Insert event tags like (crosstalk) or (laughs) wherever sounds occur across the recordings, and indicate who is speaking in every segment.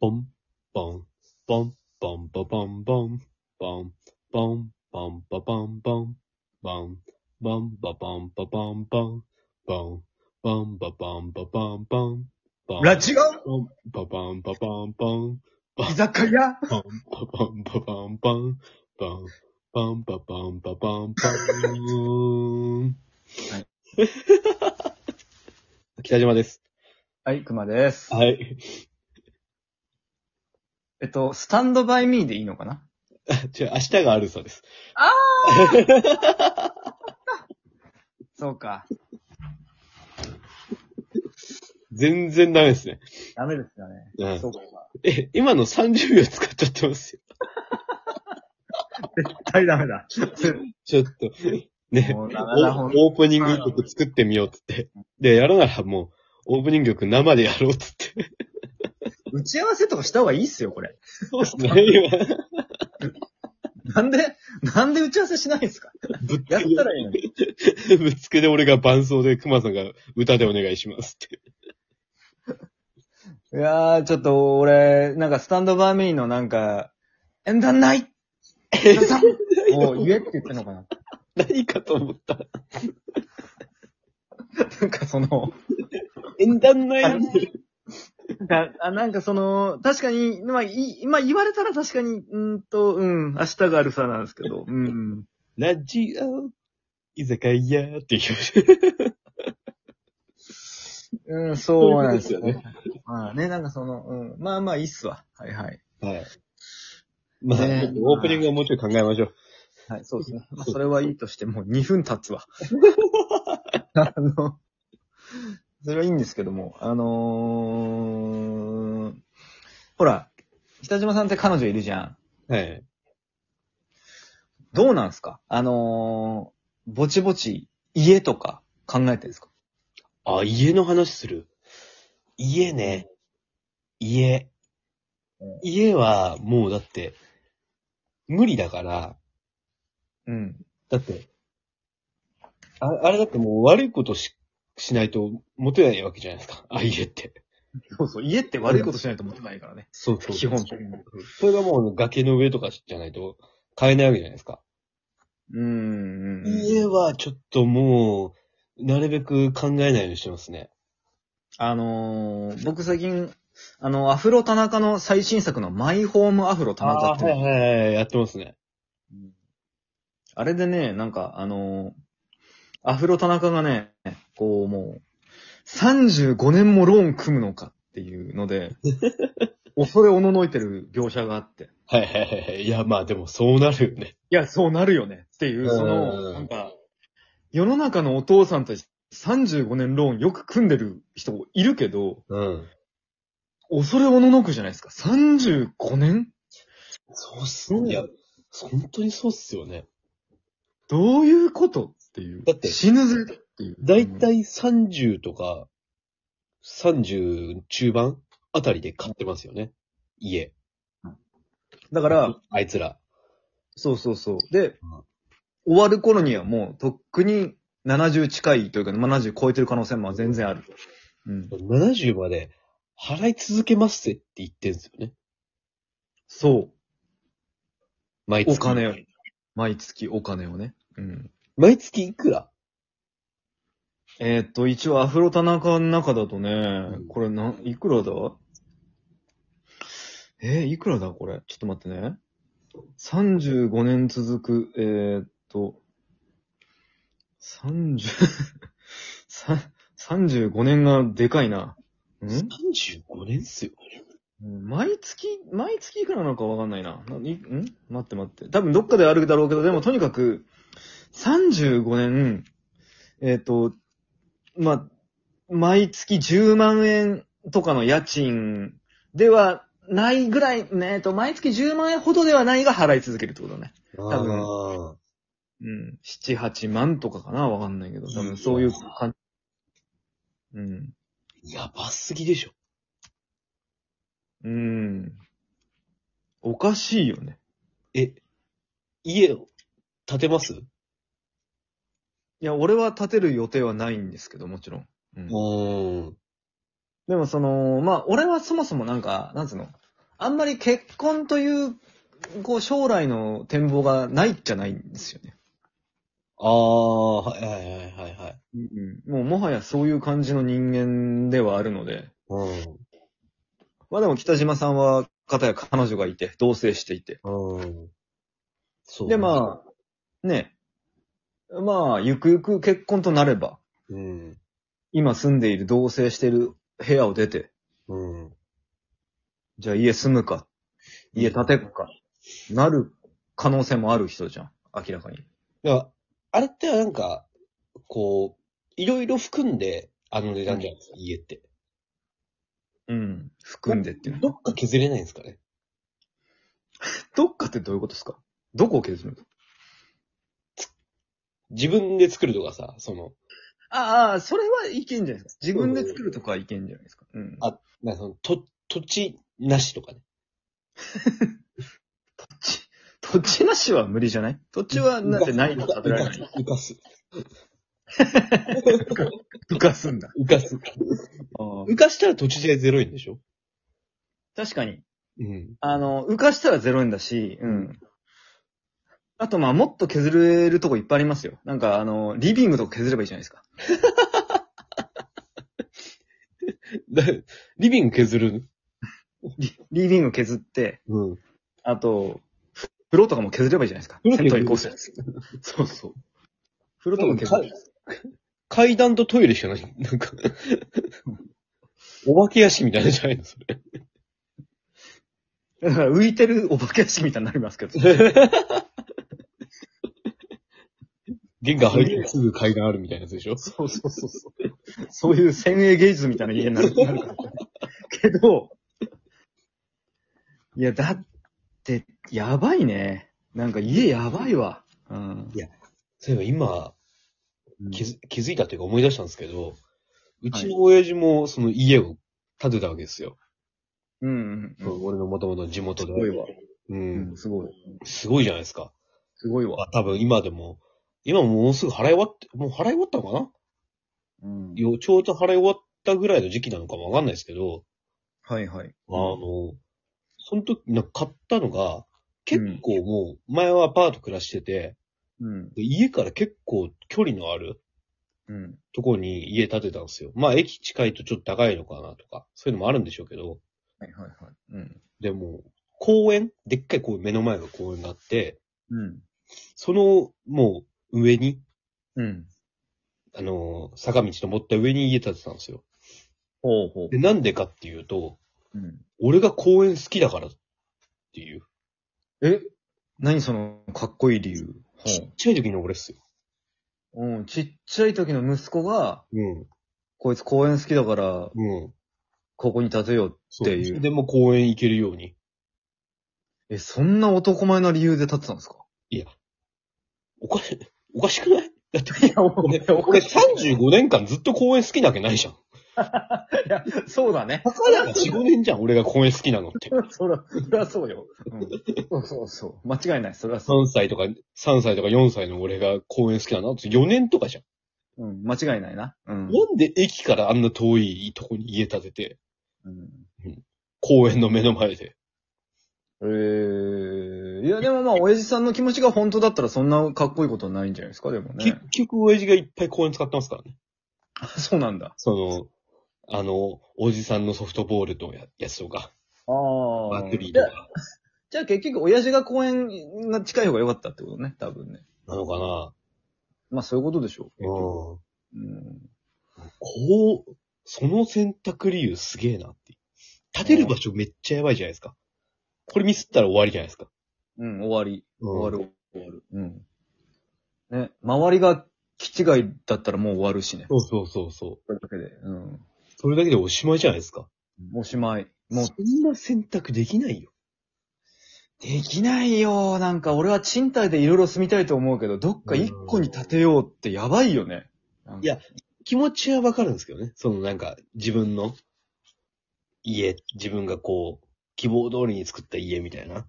Speaker 1: ポン、ポン、ポン、ポン、ポン、ポン、ポン、ポン、ポン、ポン、ポン、ポン、ポン、ポン、ポン、ポン、ポン、ポン、ポン、ポン、ポン、ポン、ポン、ポン、ポン、ポン、ポン、ポン、
Speaker 2: ラジオ
Speaker 1: ポン、ポン、ポン、ポン、ポン、ポン、
Speaker 2: 居酒屋
Speaker 1: パンパパンパパンパン、パン、パンパパンパパンパン。
Speaker 2: はい。
Speaker 1: (laughs) 北島です。
Speaker 2: はい、熊です。
Speaker 1: はい。
Speaker 2: えっと、スタンドバイミーでいいのかな
Speaker 1: じゃあ、明日があるそうです。
Speaker 2: そうか。
Speaker 1: 全然ダメですね。
Speaker 2: ダメですよね。
Speaker 1: うん
Speaker 2: そうか。
Speaker 1: え、今の30秒使っちゃってますよ。
Speaker 2: 絶対ダメだ。
Speaker 1: ちょっと、ね、
Speaker 2: もうダメ
Speaker 1: (laughs)
Speaker 2: だ、ほん
Speaker 1: オオープニング曲作ってみようっつって。で、やるならもう、オープニング曲生でやろうっつって。
Speaker 2: 打ち合わせとかした方がいいっすよ、これ。
Speaker 1: そうですね、今。
Speaker 2: なんで、なんで打ち合わせしないんですか
Speaker 1: ぶっ
Speaker 2: や
Speaker 1: つ
Speaker 2: っ
Speaker 1: けで
Speaker 2: たらいいのに。
Speaker 1: ぶっつけで俺が伴奏で、熊さんが歌でお願いしますって。
Speaker 2: いやー、ちょっと俺、なんかスタンドバイミーのなんか、エンダンナイもう言えって言ってんのかな
Speaker 1: 何かと思った。
Speaker 2: なんかその、
Speaker 1: 縁談のや
Speaker 2: つだあなんかその、確かに、まあ、いまあ、言われたら確かに、うんと、うん、明日があるさなんですけど、うん。
Speaker 1: ラジオ、居酒屋っていう。
Speaker 2: うん、そうなんですよ
Speaker 1: そういう
Speaker 2: ね。まあね、なんかその、うん、まあまあいいっすわ。はいはい。
Speaker 1: はい。まあ、
Speaker 2: ねえ
Speaker 1: ちょっとオープニングはもうちょい考えましょう。
Speaker 2: はい、そうですね。まあ、それはいいとして、もう2分経 (laughs) つわ。あの、それはいいんですけども、あのー、ほら、北島さんって彼女いるじゃん。
Speaker 1: はい。
Speaker 2: どうなんすかあのー、ぼちぼち、家とか考えてるんですか
Speaker 1: あ、家の話する。家ね。家
Speaker 2: うん。
Speaker 1: 家は、もうだって、無理だから、
Speaker 2: うん。
Speaker 1: だって、ああれだってもう悪いことし、しないと持てないわけじゃないですか。 (laughs) あ、家って。
Speaker 2: そうそう、家って悪いことしないと思ってないからね。
Speaker 1: そうそう。
Speaker 2: 基本的に。
Speaker 1: それがもう崖の上とかじゃないと買えないわけじゃないですか。
Speaker 2: うんうんうん。
Speaker 1: 家はちょっともう、なるべく考えないようにしてますね。
Speaker 2: あのー、僕最近、あの、アフロ田中の最新作のマイホームアフロ田中っていう
Speaker 1: は
Speaker 2: の、
Speaker 1: いはいはい、やってますね。
Speaker 2: あれでね、なんか、あのー、アフロ田中がね、こうもう、35年もローン組むのかっていうの (laughs) で、恐れおののいてる描写があって。
Speaker 1: はいはいはいはい。いや、まあでもそうなるよね。
Speaker 2: いや、そうなるよねっていう、そ
Speaker 1: うん
Speaker 2: の、なんか、世の中のお父さんたち35年ローンよく組んでる人いるけど、
Speaker 1: うん。
Speaker 2: 恐れおののくじゃないですか。35年
Speaker 1: そうっすね。いや、本当にそうっすよね。
Speaker 2: どういうことっていう。
Speaker 1: だって
Speaker 2: 死ぬぜっていう。
Speaker 1: だいたい30とか、30中盤あたりで買ってますよね。家。
Speaker 2: だから、
Speaker 1: あいつら。
Speaker 2: そうそうそう。で、終わる頃にはもう、とっくに70近いというか、70超えてる可能性も全然ある。うん。
Speaker 1: 70まで払い続けますぜって言ってんすよね。
Speaker 2: そ
Speaker 1: 毎
Speaker 2: う。
Speaker 1: 月。
Speaker 2: お金を。毎月お金をね。うん。
Speaker 1: 毎月いくら
Speaker 2: えーっと、一応アフロ田中の中だとね
Speaker 1: ん、
Speaker 2: これな、いくらだえーいくらだこれ。ちょっと待ってね。35年続く、えーっと、30、さ35年がでかいな。ん
Speaker 1: ?35 年っすよ。
Speaker 2: 毎月、毎月いくらなのかわかんないな。ないん待って待って。多分どっかであるだろうけど、でもとにかく、35年、えっ、と、まあ、毎月10万円とかの家賃ではないぐらい、ね、えっと、毎月10万円ほどではないが払い続けるってことね。
Speaker 1: 多
Speaker 2: 分うん。7、8万とかかなわかんないけど、多分そういう感じ。うん。
Speaker 1: やばすぎでしょ。
Speaker 2: うん。おかしいよね。
Speaker 1: え、家を建てます
Speaker 2: いや、俺は建てる予定はないんですけど、もちろん。うん
Speaker 1: うーん。
Speaker 2: でもその、まあ、俺はそもそもなんか、なんつうの、あんまり結婚という、こう、将来の展望がないじゃないんですよね。
Speaker 1: ああ、はいはいはいはいはい。
Speaker 2: もうもはやそういう感じの人間ではあるので。
Speaker 1: うん。
Speaker 2: まあでも北島さんは、方や彼女がいて、同棲していて。
Speaker 1: うん。そう、
Speaker 2: で、まあ、ね。まあ、ゆくゆく結婚となれば、
Speaker 1: あ。うん。
Speaker 2: 今住んでいる、同棲している部屋を出て、
Speaker 1: うん。
Speaker 2: じゃあ家住むか、家建てるか、なる可能性もある人じゃん。明らかに。
Speaker 1: だからあれってなんか、こう、いろいろ含んで、あの値段じゃないですか、家って。
Speaker 2: うん。含んでっていう
Speaker 1: ど
Speaker 2: の。
Speaker 1: っか削れないんですかね。
Speaker 2: どっかってどういうことですかどこを削るの
Speaker 1: 自分で作るとかさ、その、
Speaker 2: ああ、それはいけんじゃないですか。自分で作るとかはいけんじゃないですか。うん。
Speaker 1: あなんかその、と、土地なしとかね。
Speaker 2: 土地なしは無理じゃない土地はなんてないの食べられない。
Speaker 1: 浮かす。
Speaker 2: (laughs) 浮かすんだ。
Speaker 1: 浮かす。浮かしたら土地代ゼロ円でしょ
Speaker 2: 確かに。
Speaker 1: うん。
Speaker 2: あの、浮かしたら0円だし、うん。あと、まあ、もっと削れるとこいっぱいありますよ。なんか、あの、リビングとか削ればいいじゃないですか。
Speaker 1: だ (laughs) リビング削る
Speaker 2: リビング削って、
Speaker 1: うん。
Speaker 2: あと、風呂とかも削ればいいじゃないですか。
Speaker 1: 風呂
Speaker 2: 銭
Speaker 1: 削
Speaker 2: 湯
Speaker 1: る
Speaker 2: にこ
Speaker 1: (laughs)
Speaker 2: うするやつ。そうそう。風呂とか削るやつ。
Speaker 1: 階段とトイレしかない。なんか、お化け屋敷みたいなんじゃないのそれ。
Speaker 2: だから浮いてるお化け屋敷みたいになりますけど。 (laughs)
Speaker 1: 玄関入ってすぐ階段あるみたいなやつでしょ
Speaker 2: そうそうそうそう。そういう先鋭芸術みたいな家になる (laughs) なるから。けど、いや、だって、やばいね。なんか家やばいわ。うん。
Speaker 1: そういえば今気づ、気づいたというか思い出したんですけど、うち
Speaker 2: は
Speaker 1: の親父もその家を建てたわけですよ。
Speaker 2: うんうんうん。
Speaker 1: 俺の元々の地元
Speaker 2: す
Speaker 1: で。
Speaker 2: ごいわ。
Speaker 1: う
Speaker 2: うんん、。すごい。
Speaker 1: すごいじゃないですか。
Speaker 2: すごい
Speaker 1: ま
Speaker 2: わ。
Speaker 1: あ多分今でも、今もうすぐ払い終わって、もう払い終わったのかな
Speaker 2: うん
Speaker 1: よちょうど払い終わったぐらいの時期なのかもわかんないですけど、
Speaker 2: はいはい。
Speaker 1: あの、その時、なんか買ったのが、結構もう、前はアパート暮らしてて、
Speaker 2: うん。
Speaker 1: で家から結構距離のある
Speaker 2: うん。
Speaker 1: ところに家建てたんですよ。まあ、駅近いとちょっと高いのかなとか、そういうのもあるんでしょうけど、
Speaker 2: はいはいはい。うん。
Speaker 1: でも、公園でっかい公園、目の前が公園があって、
Speaker 2: うん。
Speaker 1: その、もう、上に、
Speaker 2: うん。
Speaker 1: あの、坂道登った上に家建てたんですよ。
Speaker 2: ほうほ
Speaker 1: で、なんでかっていうと、
Speaker 2: う。うん。
Speaker 1: 俺が公園好きだからっていう。
Speaker 2: え何その、かっこいい理由。
Speaker 1: ちっちゃい時の俺っすよ。
Speaker 2: ほう。うん。ちっちゃい時の息子が、
Speaker 1: うん。
Speaker 2: こいつ公園好きだから、
Speaker 1: うん。
Speaker 2: ここに立てよう
Speaker 1: そ
Speaker 2: っていう
Speaker 1: でも公園行けるように。
Speaker 2: え、そんな男前な理由で立ってたんですか
Speaker 1: いや。おか (laughs) し、おかしくないだって、
Speaker 2: いや、お
Speaker 1: 俺、俺35年間ずっと公園好きなわけないじゃん。
Speaker 2: そうだね。
Speaker 1: たかだか4、5年じゃん、俺が公園好きなのって。
Speaker 2: (laughs) そら、そらそうよ。 (laughs) うん。そうそうそう。間違いない。それはそう。
Speaker 1: 3歳とか、3歳とか4歳の俺が公園好きなのって4年とかじゃん。
Speaker 2: うん。間違いないな。うん。
Speaker 1: なんで駅からあんな遠いとこに家建てて、
Speaker 2: うん
Speaker 1: 公園の目の前で。
Speaker 2: えー、いやでもまあ、親父さんの気持ちが本当だったらそんなかっこいいことないんじゃないですか、でもね
Speaker 1: 結。局、親父がいっぱい公園使ってますからね。
Speaker 2: あ (laughs) そうなんだ。
Speaker 1: その、あの、おじさんのソフトボールとややつとか、
Speaker 2: ああ
Speaker 1: バッテリー
Speaker 2: じ
Speaker 1: と
Speaker 2: ゃあ
Speaker 1: か、
Speaker 2: じゃあ結局、親父が公園が近い方が良かったってことね、多分ね。
Speaker 1: なのかな
Speaker 2: まあ、そういうことでしょ
Speaker 1: う
Speaker 2: う。
Speaker 1: ん。
Speaker 2: うん。
Speaker 1: こう、その選択理由すげえなって。立てる場所めっちゃやばいじゃないですか。これミスったら終わりじゃないですか。
Speaker 2: うん、終わり。
Speaker 1: うん
Speaker 2: 終わる、終わる。うん。ね、周りが気違いだったらもう終わるしね。
Speaker 1: そうそうそうそう。
Speaker 2: それだけで。うん。
Speaker 1: それだけでおしまいじゃないですか。
Speaker 2: おしまい。もう、
Speaker 1: そんな選択できないよ。
Speaker 2: できないよ。なんか俺は賃貸でいろいろ住みたいと思うけど、どっか一個に建てようってやばいよね。なんか
Speaker 1: いや気持ちはわかるんですけどね。そのなんか、自分の家、自分がこう、希望通りに作った家みたいな。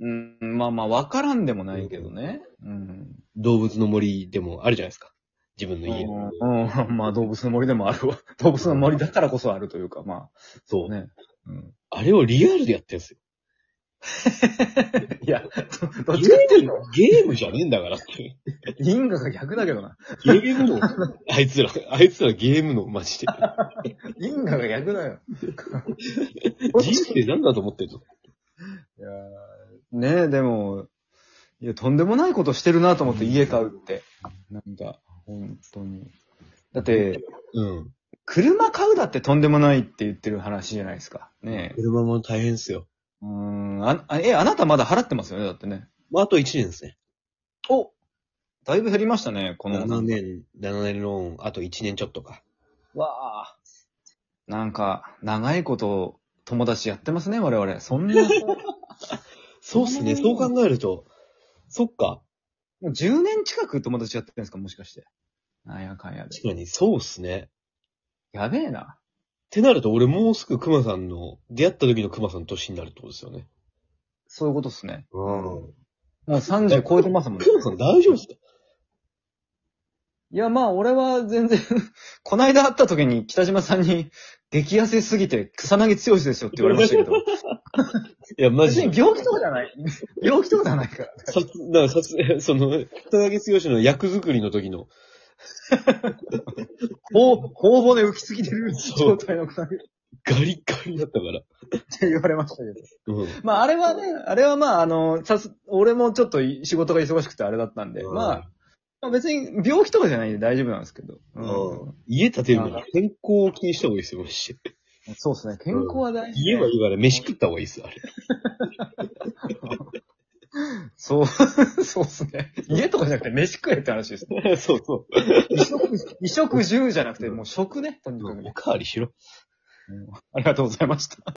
Speaker 2: うん、まあまあ、わからんでもないけどね。うん。
Speaker 1: 動物の森でもあるじゃないですか。自分の家。
Speaker 2: うん、うんまあ動物の森でもある (laughs) わ。動物の森だからこそあるというか、まあ、
Speaker 1: そう。
Speaker 2: ね。うん。
Speaker 1: あれをリアルでやってるんですよ。
Speaker 2: いや、ど
Speaker 1: ゲ
Speaker 2: っちかっていう
Speaker 1: ー
Speaker 2: と
Speaker 1: ム、ゲームじゃねえんだからって。
Speaker 2: 因果が逆だけどな。
Speaker 1: ゲームの、あいつら、あいつらゲームの、マジで。
Speaker 2: 因果が逆だよ。
Speaker 1: 人生なんだと思ってるの
Speaker 2: いやーねえ、でも、いや、とんでもないことしてるなと思って家買うって。なんか、本当に。だって、
Speaker 1: うん。
Speaker 2: 車買うだってとんでもないって言ってる話じゃないですか。ねえ。
Speaker 1: 車も大変ですよ。
Speaker 2: うーん、あ、あえ、あなたまだ払ってますよね、だってね。
Speaker 1: まあ、あと1年ですね。
Speaker 2: おだいぶ減りましたね、この。
Speaker 1: 7年、7年ローン、あと1年ちょっとか。
Speaker 2: わあ。なんか、長いこと、友達やってますね、我々。そんな、も
Speaker 1: そうっすね。
Speaker 2: 7
Speaker 1: そ
Speaker 2: 年
Speaker 1: う考えると、そっか。
Speaker 2: う10年近く友達やってるんですか、もしかして。なんやかんやで。
Speaker 1: 確かに、そうっすね。っ
Speaker 2: やべえな。
Speaker 1: てなると、俺もうすぐ熊さんの、出会った時の熊さんの年になるってことですよね。
Speaker 2: そういうことっすね。
Speaker 1: うん。
Speaker 2: もう30超えてますもんね。
Speaker 1: 熊さん大丈夫っすか
Speaker 2: いや、まあ、俺は全然、 (laughs) こないだ会った時に北島さんに、激痩せすぎて草薙強しですよって言われました
Speaker 1: (laughs)
Speaker 2: けど。
Speaker 1: いや、マジ
Speaker 2: 別
Speaker 1: で
Speaker 2: に。病気とかじゃない。病気とかじゃないから。
Speaker 1: さつ、なんかさつ、その、北竹剛の役作りの時の、
Speaker 2: ほう、ほうぼで浮きすぎてる
Speaker 1: そう
Speaker 2: 状態の草薙っ
Speaker 1: ガリッガリだったから。
Speaker 2: て言われましたけど。
Speaker 1: うん。
Speaker 2: まあ、あれはね、あれはまあ、あの、さす、俺もちょっと仕事が忙しくてあれだったんで、
Speaker 1: うん
Speaker 2: まあ、まあ別に病気とかじゃないんで大丈夫なんですけど。
Speaker 1: うん。家建てるのに健康を気にした方がいいですよ、マジで。
Speaker 2: そうですね。健康は大事、
Speaker 1: 家は言われ、飯食った方がいいです、あれ。
Speaker 2: そう、 (laughs) そうですね。家とかじゃなくて飯食えって話です。
Speaker 1: (laughs) そうそう。
Speaker 2: 衣食、衣食住じゃなくて、もう食ね、とにかくね。
Speaker 1: おかわりしろ。
Speaker 2: ありがとうございました。